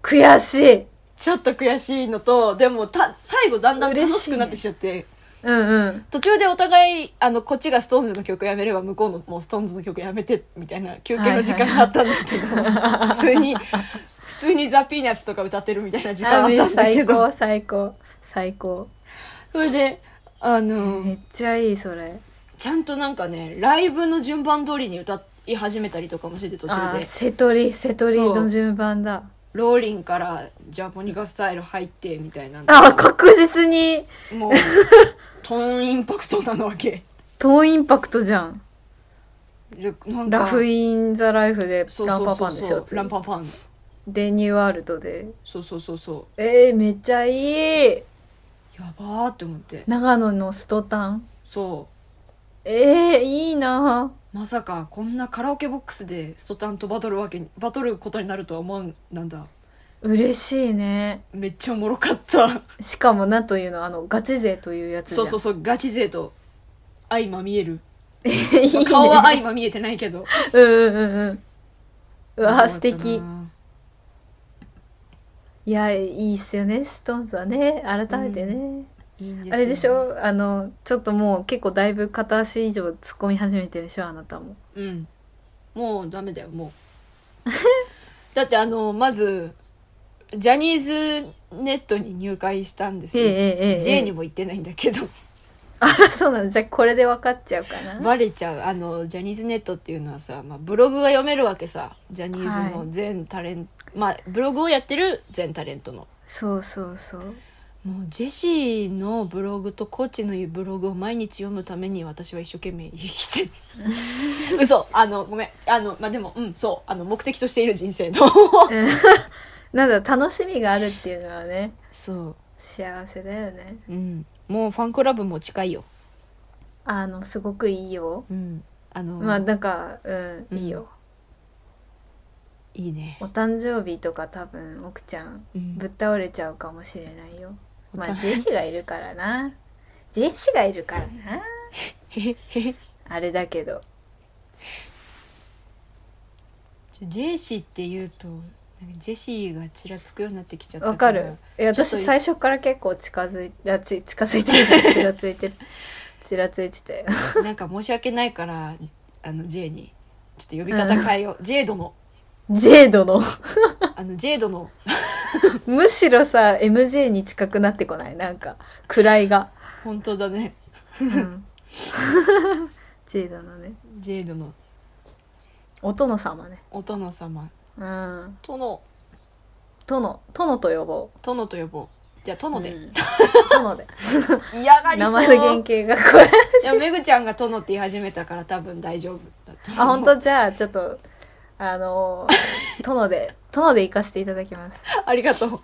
A: と
B: や
A: 悔しい。
B: ちょっと悔しいのとでもた最後だんだん楽しくなってきちゃって、
A: うんうん。
B: 途中でお互いあのこっちがストーンズの曲やめれば向こうのもうストーンズの曲やめてみたいな休憩の時間があったんだ けど、普通に普通にザ・ピーナッツとか歌ってるみたいな時間あ
A: あ、
B: ったんだけ
A: 最
B: ど
A: 高、最高、最高。
B: それであの、
A: めっちゃいい、それ。
B: ちゃんとなんかねライブの順番通りに歌い始めたりとかもしてて途中
A: あー、
B: で
A: 瀬戸り、瀬戸りの順番だ。
B: ローリンからジャポニカスタイル入ってみたいな
A: あー、確実に、
B: もうトーンインパクトなのわけ
A: 遠インパクトじゃん。
B: じゃなんか
A: ラフ・イン・ザ・ライフで
B: そう
A: ラ
B: そ
A: ン
B: う
A: パ
B: そ
A: パ
B: う
A: ンで
B: そ
A: しょ
B: うラン
A: 次
B: パパン
A: でニューワールドで
B: そうそうそうそう
A: えー、めっちゃいい
B: やばーって思って
A: 長野のストタン
B: そ
A: えー、いいな
B: うまさかこんなカラオケボックスでストタンとバトルわけにバトルことになるとは思うなんだ
A: 嬉しいね
B: めっちゃおもろかった
A: しかもなんというのあのガチ勢というやつじゃん
B: そうそうそうガチ勢と相ま見える、
A: いいね
B: 顔は相ま見えてないけど
A: うんうんうんうんうわー
B: 面白かったな
A: 素敵いやいいっすよねストーンズはね改めてね、
B: いいんですよ
A: あれでしょあのちょっともう結構だいぶ片足以上突っ込み始めてるでしょあなたも
B: うんもうダメだよもう だってあのまずジャニーズネットに入会したんです
A: ええ
B: よ、
A: ええええ
B: J にも行ってないんだけど
A: あそうなのじゃあこれで分かっちゃうかな
B: バレちゃうあのジャニーズネットっていうのはさ、まあ、ブログが読めるわけさジャニーズの全タレント、まあブログをやってる全タレントの
A: そうそうそう
B: もうジェシーのブログとコーチのブログを毎日読むために私は一生懸命生き てる嘘あのごめんあのまあでもうんそうあの目的としている人生の
A: なんだ楽しみがあるっていうのはね
B: そ
A: 幸せだよね
B: ううんもうファンクラブも近いよ
A: あのすごくいいよ
B: うんあの、
A: まあなんかうん、
B: うん
A: いいよ
B: いいね
A: お誕生日とか多分奥ちゃん
B: うん
A: ぶっ倒れちゃうかもしれないよま
B: お
A: あ
B: 互い
A: ジェシがいるからなジェシがいるから な
B: へへへ
A: あれだけど
B: ちょジェシーって言うとなんかジェシーがちらつくようになってきちゃった
A: わかるいや
B: ちょっと
A: 私最初から結構近づいてち近づいてるちらついてちらついてて
B: なんか申し訳ないからあの J にちょっと呼び方変えよう、J 殿
A: ジェードの
B: あの J 殿
A: むしろさ MJ に近くなってこないなんか位が、
B: 本当だね
A: うん、 ジェードのね
B: J 殿
A: お殿様ね
B: お殿様
A: うん
B: 殿
A: 殿殿と呼ぼう
B: 殿と呼ぼうじゃあ殿で、
A: うん殿 で
B: 嫌がり
A: 名
B: そう
A: 前の原型がこれ
B: いやめぐちゃんが殿って言い始めたから多分大丈夫だと思う
A: あ本当じゃあちょっとあのー殿で殿で行かせていただきます
B: ありがとう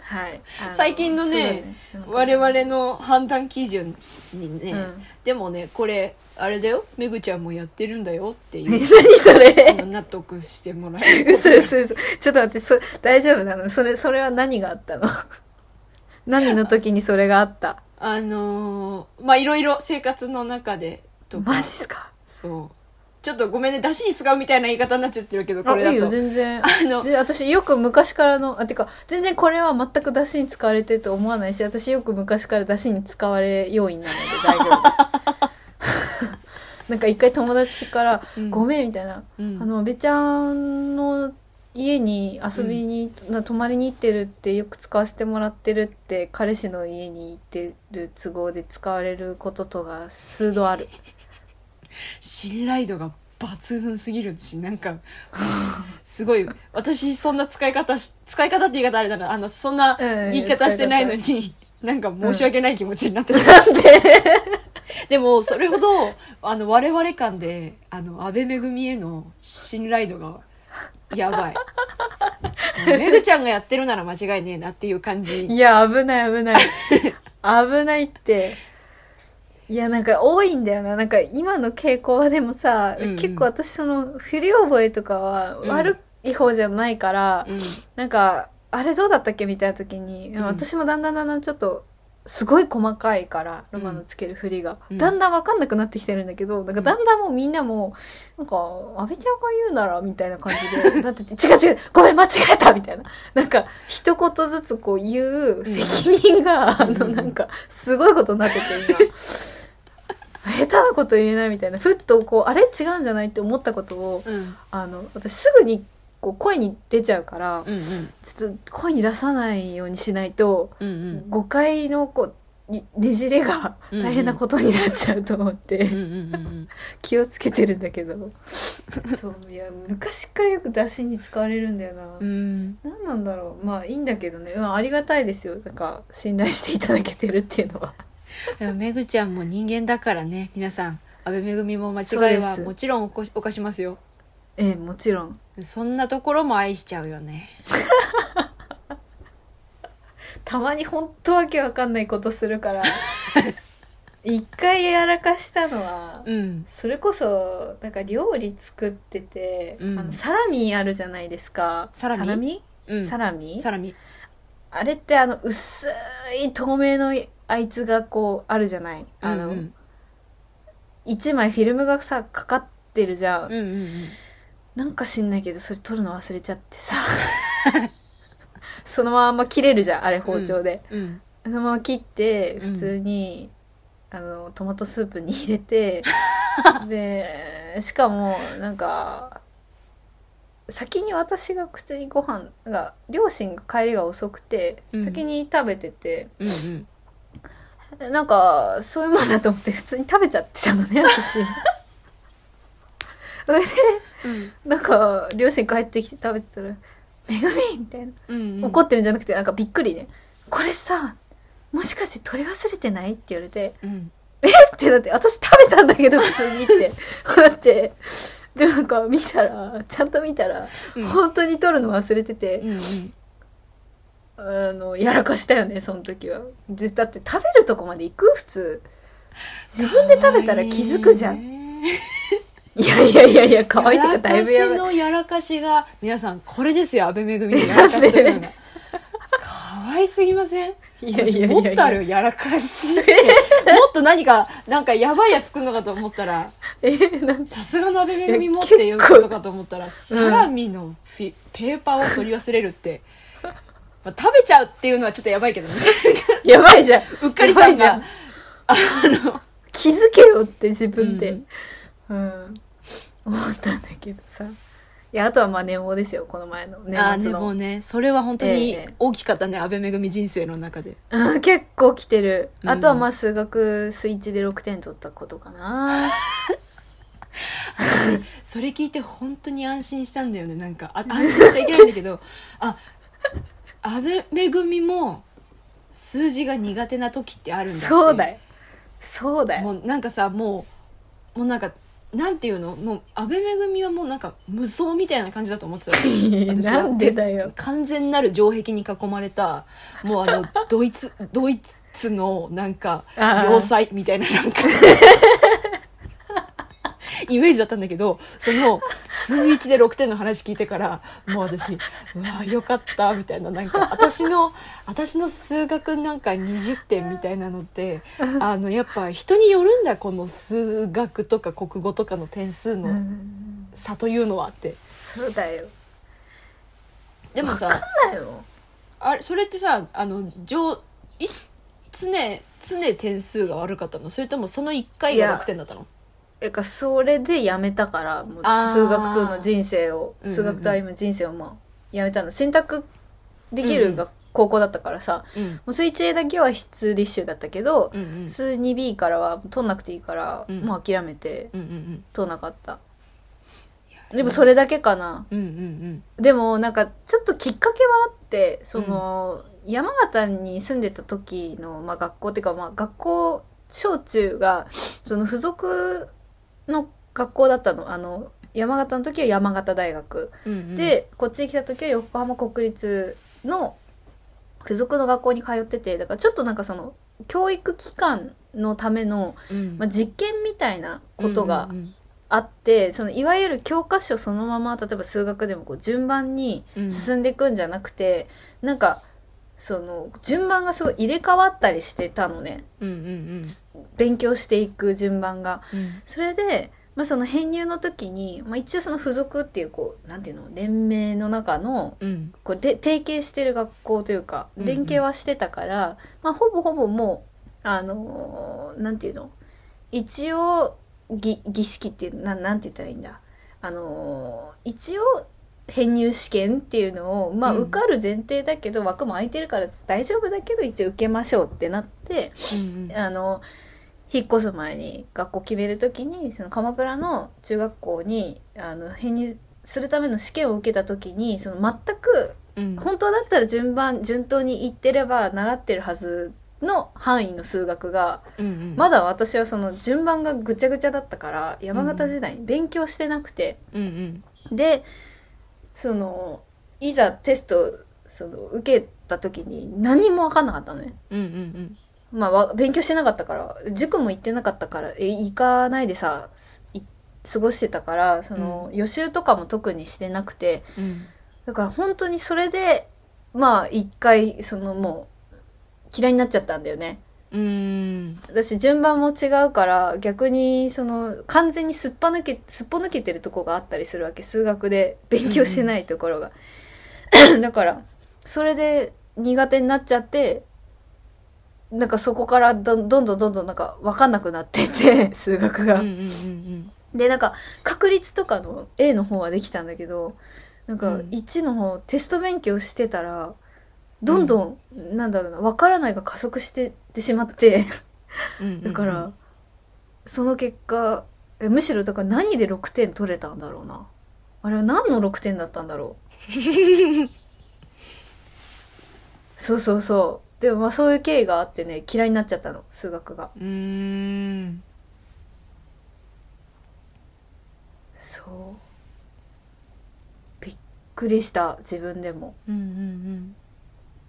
A: はいあー
B: 最近のね
A: すぐ
B: 我々の判断基準にね、
A: うん
B: でもねこれあれだよめぐちゃんもやってるんだよって
A: え
B: いう
A: 何そ
B: あの
A: れ
B: 納得してもらえる
A: 嘘嘘嘘ちょっと待ってそ大丈夫なのそれそれは何があったの何の時にそれがあった
B: あのーまあいろいろ生活の中でとか
A: マジっすか
B: そうちょっとごめんね出汁に使うみたいな言い方になっちゃってるけどこれだ
A: あ
B: と
A: いいよ全然
B: あの
A: で私よく昔からのあてか全然これは全く出汁に使われてると思わないし私よく昔から出汁に使われ要因なので大丈夫です なんか一回友達から「
B: うん
A: ごめん」みたいな「
B: うん
A: あの安倍ちゃんの家に遊びに、な泊まりに行ってるってよく使わせてもらってるって彼氏の家に行ってる都合で使われることとが数度あ る」
B: 信頼度が抜群すぎるしなんかすごい私そんな使い方し使い方って言い方あれだなあのそんな
A: うん
B: 言い方してないのに、なんか申し訳ない気持ちになってる、
A: なんで
B: でもそれほど あの我々間であの安倍恵への信頼度が やばいめぐちゃんがやってるなら間違いねえなっていう感じ
A: いや、危ない 危ない。危ないって。いや、なんか多いんだよな。なんか今の傾向はでもさ、
B: うんうん
A: 結構私その、振り覚えとかは
B: うん
A: 悪い方じゃないから、
B: うん
A: なんか、あれどうだったっけみたいな時に、
B: ん
A: 私もだんだんだんだんちょっと、すごい細かいから、ロマンのつける振りが。
B: うん
A: だんだんわかんなくなってきてるんだけど、なんかだんだんもうみんなも、なんか、安倍ちゃんが言うなら、みたいな感じ で、だって、違う違う、ごめん、間違えたみたいな。なんか、一言ずつこう言う責任が、
B: うん
A: あの、なんか、すごいことになってて、今。下手なこと言えないみたいな。ふっとこう、あれ違うんじゃないって思ったことを、
B: うん
A: あの、私すぐに、こう、声に出ちゃうから、
B: うんうん
A: ちょっと声に出さないようにしないと、
B: うんうん
A: 誤解のこうにねじれが
B: うんうん
A: 大変なことになっちゃうと思って、
B: うんうんうん
A: 気をつけてるんだけ どそういや昔からよく出汁に使われるんだよな、
B: うんうん
A: 何なんだろうまあいいんだけどね、うん、ありがたいですよなんか信頼していただけてるっていうの は
B: でもめぐちゃんも人間だからね皆さん安倍めぐみも間違いは
A: そうです
B: もちろん犯し犯しますよ
A: ええもちろん
B: そんなところも愛しちゃうよね
A: たまに本当わけわかんないことするから 一回やらかしたのは
B: うん
A: それこそなんか料理作ってて、
B: うん
A: あのサラミあるじゃないですか
B: サラミ
A: サラミ,、
B: うん
A: サラミ
B: サラミ
A: あれってあの薄い透明のあいつがこうあるじゃないあ
B: う
A: の、
B: ん
A: 一枚フィルムがさかかってるじゃん、
B: うんうんうん
A: なんか知んないけどそれ取るの忘れちゃってさ そのまま切れるじゃんあれ包丁で、
B: うんうん
A: そのまま切って
B: うん
A: 普通に、あのトマトスープに入れ てでしかもなんか先に私が普通にご飯が両親が帰りが遅くて
B: うん
A: 先に食べてて、
B: うんうん
A: なんかそういうもんだと思って普通に食べちゃってたのね 私。それでなんか両親帰ってきて食べてたら「めぐみ!」みたいな。
B: うんうん
A: 怒ってるんじゃなくてなんかびっくりね「これさもしかして取り忘れてない?」って言われて
B: うん
A: 「ってなって私食べたんだけど普通に」って だってでなんか見たらちゃんと見たら、
B: うん
A: 本当に取るの忘れて
B: う
A: て、
B: んうん
A: あのやらかしたよねその時はでだって食べるとこまで行く普通自分で食べたら気づくじゃん
B: ん
A: いやいやいやいや可愛いと
B: や
A: からだい
B: か
A: ぶや
B: し
A: ばい
B: のやらかしが皆さんこれですよ安倍めぐみのや らかしというのが可愛すぎません
A: いやい
B: 私
A: やい
B: も
A: や
B: っ
A: い
B: とあ
A: や
B: るよやらかし もっと何かなんかやばいやつ作るのかと思ったら
A: えなん
B: さすが鍋めぐみもっていうことかと思ったらサラミのフィ、ペーパーを取り忘れるって、まあ、食べちゃうっていうのはちょっとやばい けどね
A: やばいじゃん
B: うっかりさん
A: やばいじゃ
B: が
A: ん気づけよって自分で、うん思ったんだけどさいやあとはまあ寝坊ですよこの前の年
B: ああ
A: 末
B: で
A: の
B: もねそれは本当に
A: ええ
B: 大きかったね安倍めぐみ人生の中で
A: うん、結構来てる
B: うん
A: あとはまあ数学スイッチで6点取ったことかな、
B: 私それ聞いて本当に安心したんだよねなんかあ安心しちゃいけないんだけど あ安倍めぐみも数字が苦手な時ってあるんだって
A: そうだよそうだ よ
B: もうなんかさもうもうなんかなんていうのもう安倍めぐみはもうなんか無双みたいな感じだと思ってた私は
A: なんでだよ
B: 完全なる城壁に囲まれたもう あのドイツドイツのなんか
A: あー
B: 要塞みたいななんかイメージだったんだけどその数一で6点の話聞いてからもう私「うわよかった」みたいななんか私の私の数学なんか20点みたいなのってあのやっぱ人によるんだこの数学とか国語とかの点数
A: うんう
B: の
A: ん
B: 差というのはって。
A: そうだよ
B: でもさ
A: そうだよ
B: あれそれってさあの上い常常点数が悪かったのそれともその1回
A: い
B: が
A: や
B: 6点だったの
A: えかそれでやめたからもう
B: あー
A: 数学との人生を
B: うんうんうん
A: 数学と歩む人生をまあやめたの選択できる
B: う
A: が高校だったからさ、
B: うん
A: もう数一 a だけは必須立修だったけど、
B: うんうん
A: 数 2B からは取んなくていいから、
B: うん
A: もう諦めて
B: うんうん
A: 取んなかったでもそれだけかな
B: うんうんうん
A: でもなんかちょっときっかけはあってその、山形に住んでた時の、まあ、学校っていうか、まあ、学校小中がその付属の学校だったのあの山形の時は山形大学、
B: うんうん
A: でこっちに来た時は横浜国立の付属の学校に通っててだからちょっとなんかその教育機関のための、
B: うん
A: まあ、実験みたいなことが
B: うんうん
A: あって、そのいわゆる教科書そのまま例えば数学でもこう順番に
B: うん
A: 進んでいくんじゃなくて、なんかその順番がすごい入れ替わったりしてたのね
B: うんうんうん
A: 勉強していく順番が。
B: うん
A: それで、まあ、その編入の時に、まあ、一応その付属っていうこうなんていうの連盟の中の
B: うん
A: こうで提携してる学校というか
B: うんうん
A: 連携はしてたから、まあ、ほぼほぼもうあのーなんていうの一応儀儀式っていうなんなんて言ったらいいんだあのー一応編入試験っていうのを、まあ、
B: うん
A: 受かる前提だけど、枠も空いてるから大丈夫だけど一応受けましょうってなって、
B: うん
A: あの引っ越す前に学校決める時にその鎌倉の中学校にあの編入するための試験を受けた時にその全く
B: うん
A: 本当だったら順番順当に行ってれば習ってるはずの範囲の数学が
B: うんうん
A: まだ私はその順番がぐちゃぐちゃだったから山形時代に勉強してなくて、
B: うんうん
A: でそのいざテストその受けた時に何も分かんなかったのね。
B: うんうん
A: まあわ、勉強してなかったから塾も行ってなかったからえ行かないでさすい過ごしてたからその、予習とかも特にしてなくて、
B: うん
A: だから本当にそれで、まあ一回、そのもう、嫌いになっちゃったんだよね。
B: うん
A: 私順番も違うから、逆にその完全にすっぱ抜け、すっぽ抜けてるとこがあったりするわけ。数学で勉強してないところが。 だから、それで苦手になっちゃって、なんかそこからどどんどんどんどんなんか分かんなくなってって、数学
B: うん
A: が。
B: うんうん
A: でなんか確率とかの A の方はできたんだけどなんか
B: うん
A: 1の方、テスト勉強してたらどんどん、なんだろうな分からないが加速してってしまって
B: うん
A: だから、その結果えむしろだから何で6点取れたんだろうなあれは何の6点だったんだろうそうそうそうでもまあそういう経緯があってね嫌いになっちゃったの数学が
B: うん
A: そうびっくりした自分でも
B: うんうん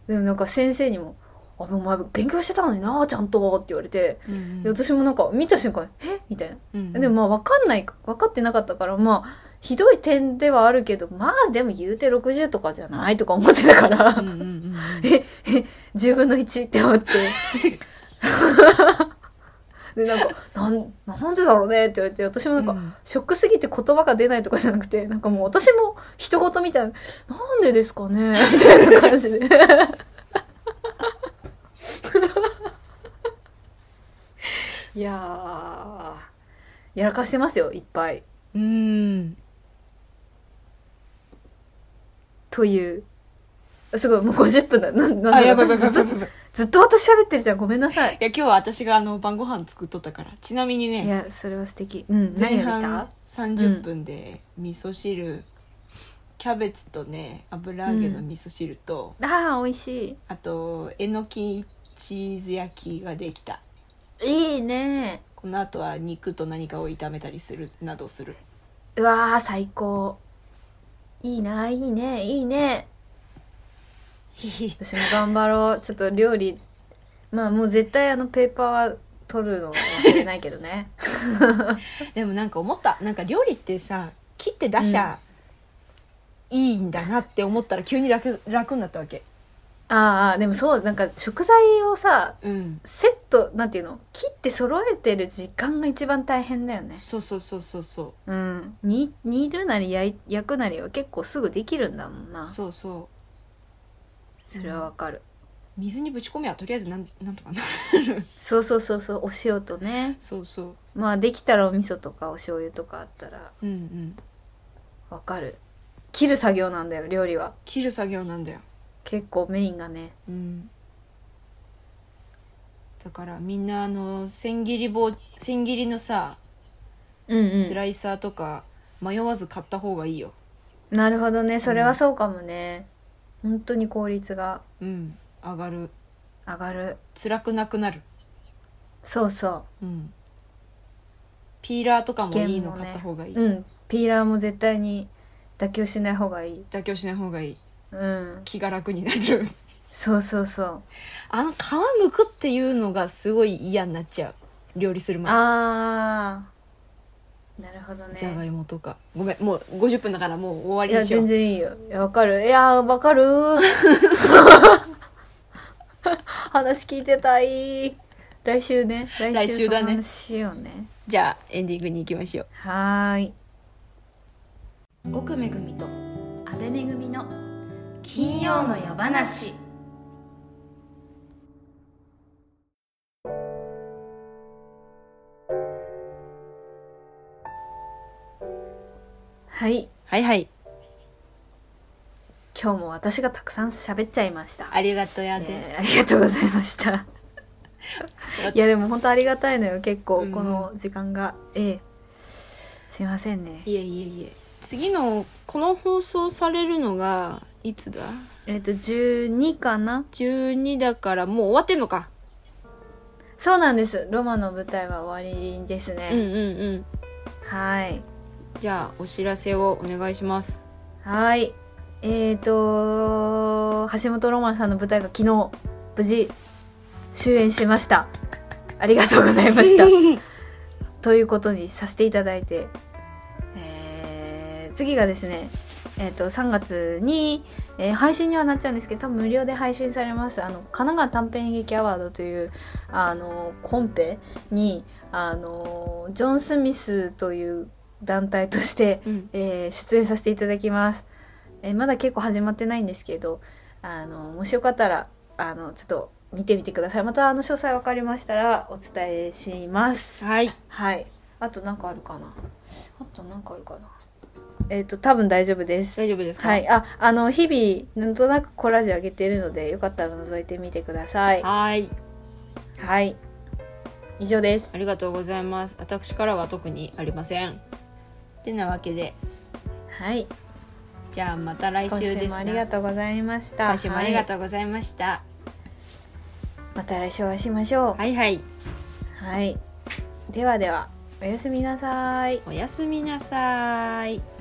A: でもなんか先生にも「あお前勉強してたのになちゃんと」って言われて、
B: うん
A: で私もなんか見た瞬間「えみたいな、
B: うん
A: でもまあ分かんない分かってなかったからまあひどい点ではあるけどまあでも言うて60とかじゃないとか思ってたから、
B: うんうんうん
A: ええ10分の1って思って でなんかなん「なんでだろうね」って言われて私もなんか、ショックすぎて言葉が出ないとかじゃなくて、なんかもう私も人事みたいな、なんでですかね みたいな感じで。いやー、やらかしてますよ、いっぱい。
B: うん
A: という。すごい、もう50分だ。なん、なん
B: あやばい
A: 私
B: やば
A: ず
B: い
A: っと
B: や ばいやばい
A: ずっと私喋ってるじゃん。ごめんなさい。
B: いや今日は私があの晩ご飯作っとったからちなみ
A: い
B: にね
A: や、それは素敵。うん、何がで
B: 前
A: き
B: 半
A: た
B: 30分で味噌汁、キャベツとね油揚げの味噌汁と、
A: あー、美味し
B: あとえのきチーズ焼きができた
A: い。いいね。
B: この後は肉と何かを炒めたりするなどする
A: うわー、最高。いいな、いいね、いいね。
B: ひひ
A: 私も頑張ろうちょっと料理まあもう絶対あのペーパーは取るの忘れないけどね
B: でもなんか思ったなんか料理ってさ切って出しゃいいんだなって思ったら急に楽楽になったわけ
A: ああでもそうなんか食材をさ
B: うん
A: セットなんていうの切って揃えてる時間が一番大変だよね
B: そうそうそうそうそう
A: うん煮煮るなり焼い焼くなりは結構すぐできるんだもんなそ
B: そうそう
A: れはわかる
B: 水にぶち込みはとりあえずなんなんとかな
A: そうそうそうそうお塩とね
B: そうそう
A: まあできたらお味噌とかお醤油とかあったら
B: うんうん
A: わかる切る作業なんだよ料理は
B: 切る作業なんだよ
A: 結構メインがね
B: うんだからみんなあの千切り棒千切りのさ
A: うん、
B: スライサーとか迷わず買った方がいいよ
A: なるほどねそれはそうかもね、本当に効率が
B: うん上がる
A: 上がる
B: 辛くなくなる
A: そうそ
B: うんピーラーとかもいいの
A: 危険もね
B: 買った方がいい、
A: ううんピーラーも絶対に妥協しない方がいい
B: 妥協しない方がいい
A: うん
B: 気が楽になる
A: そうそうそう
B: あの皮むくっていうのがすごい嫌になっちゃう料理する前
A: あーなるほどね
B: じゃがいもとかごめんもう50分だからもう終わ
A: い
B: り
A: や
B: にしよ
A: 全
B: う
A: 然いいよいやわかるいやわ かる話聞いてたい来週ね来
B: 来
A: 週
B: 週
A: その
B: だね
A: 話しようね
B: じゃあエンディングに行きましょう
A: はーい
C: 奥めぐみと阿部めぐみの金曜の夜話
A: はい
B: はいはい
A: 今日も私がたくさん喋っちゃいました
B: ありがとうやで、
A: えーありがとうございました いやでも本当ありがたいのよ結構この時間が、ええすいませんね
B: いえいえいえ次のこの放送されるのがいつだ
A: えっと12かな
B: 12だからもう終わってんのか
A: そうなんですロマの舞台は終わりです
B: うん
A: ね、
B: うんうん
A: はい
B: じゃあお知らせをお願いします
A: はいえっ、と橋本ロマンさんの舞台が昨日無事終演しましたありがとうございましたということにさせていただいて、えー次がですね、えー、と3月に、えー配信にはなっちゃうんですけど多分無料で配信されますあの神奈川短編劇アワードというあのコンペにあのジョン・スミスという団体として
B: うん
A: えー出演させていただきます、えーまだ結構始まってないんですけどあのもしよかったらあのちょっと見てみてくださいまたあの詳細分かりましたらお伝えします
B: はい
A: はいあとなんかあるかなあとなんかあるかなえっ、と多分大丈夫です
B: 大丈夫ですか
A: はいああの日々なんとなくコラージュ上げてるのでよかったら覗いてみてください
B: はい
A: はい以上です
B: ありがとうございます私からは特にありませんてなわけで
A: はい
B: じゃあまた来
A: 今
B: 週です
A: 週もありがとうございました
B: 今週もありが
A: は
B: とうございました
A: いまた来週お会いしましょう、
B: はいはい
A: はい。ではでは、おやすみなさい。
B: おやすみなさーい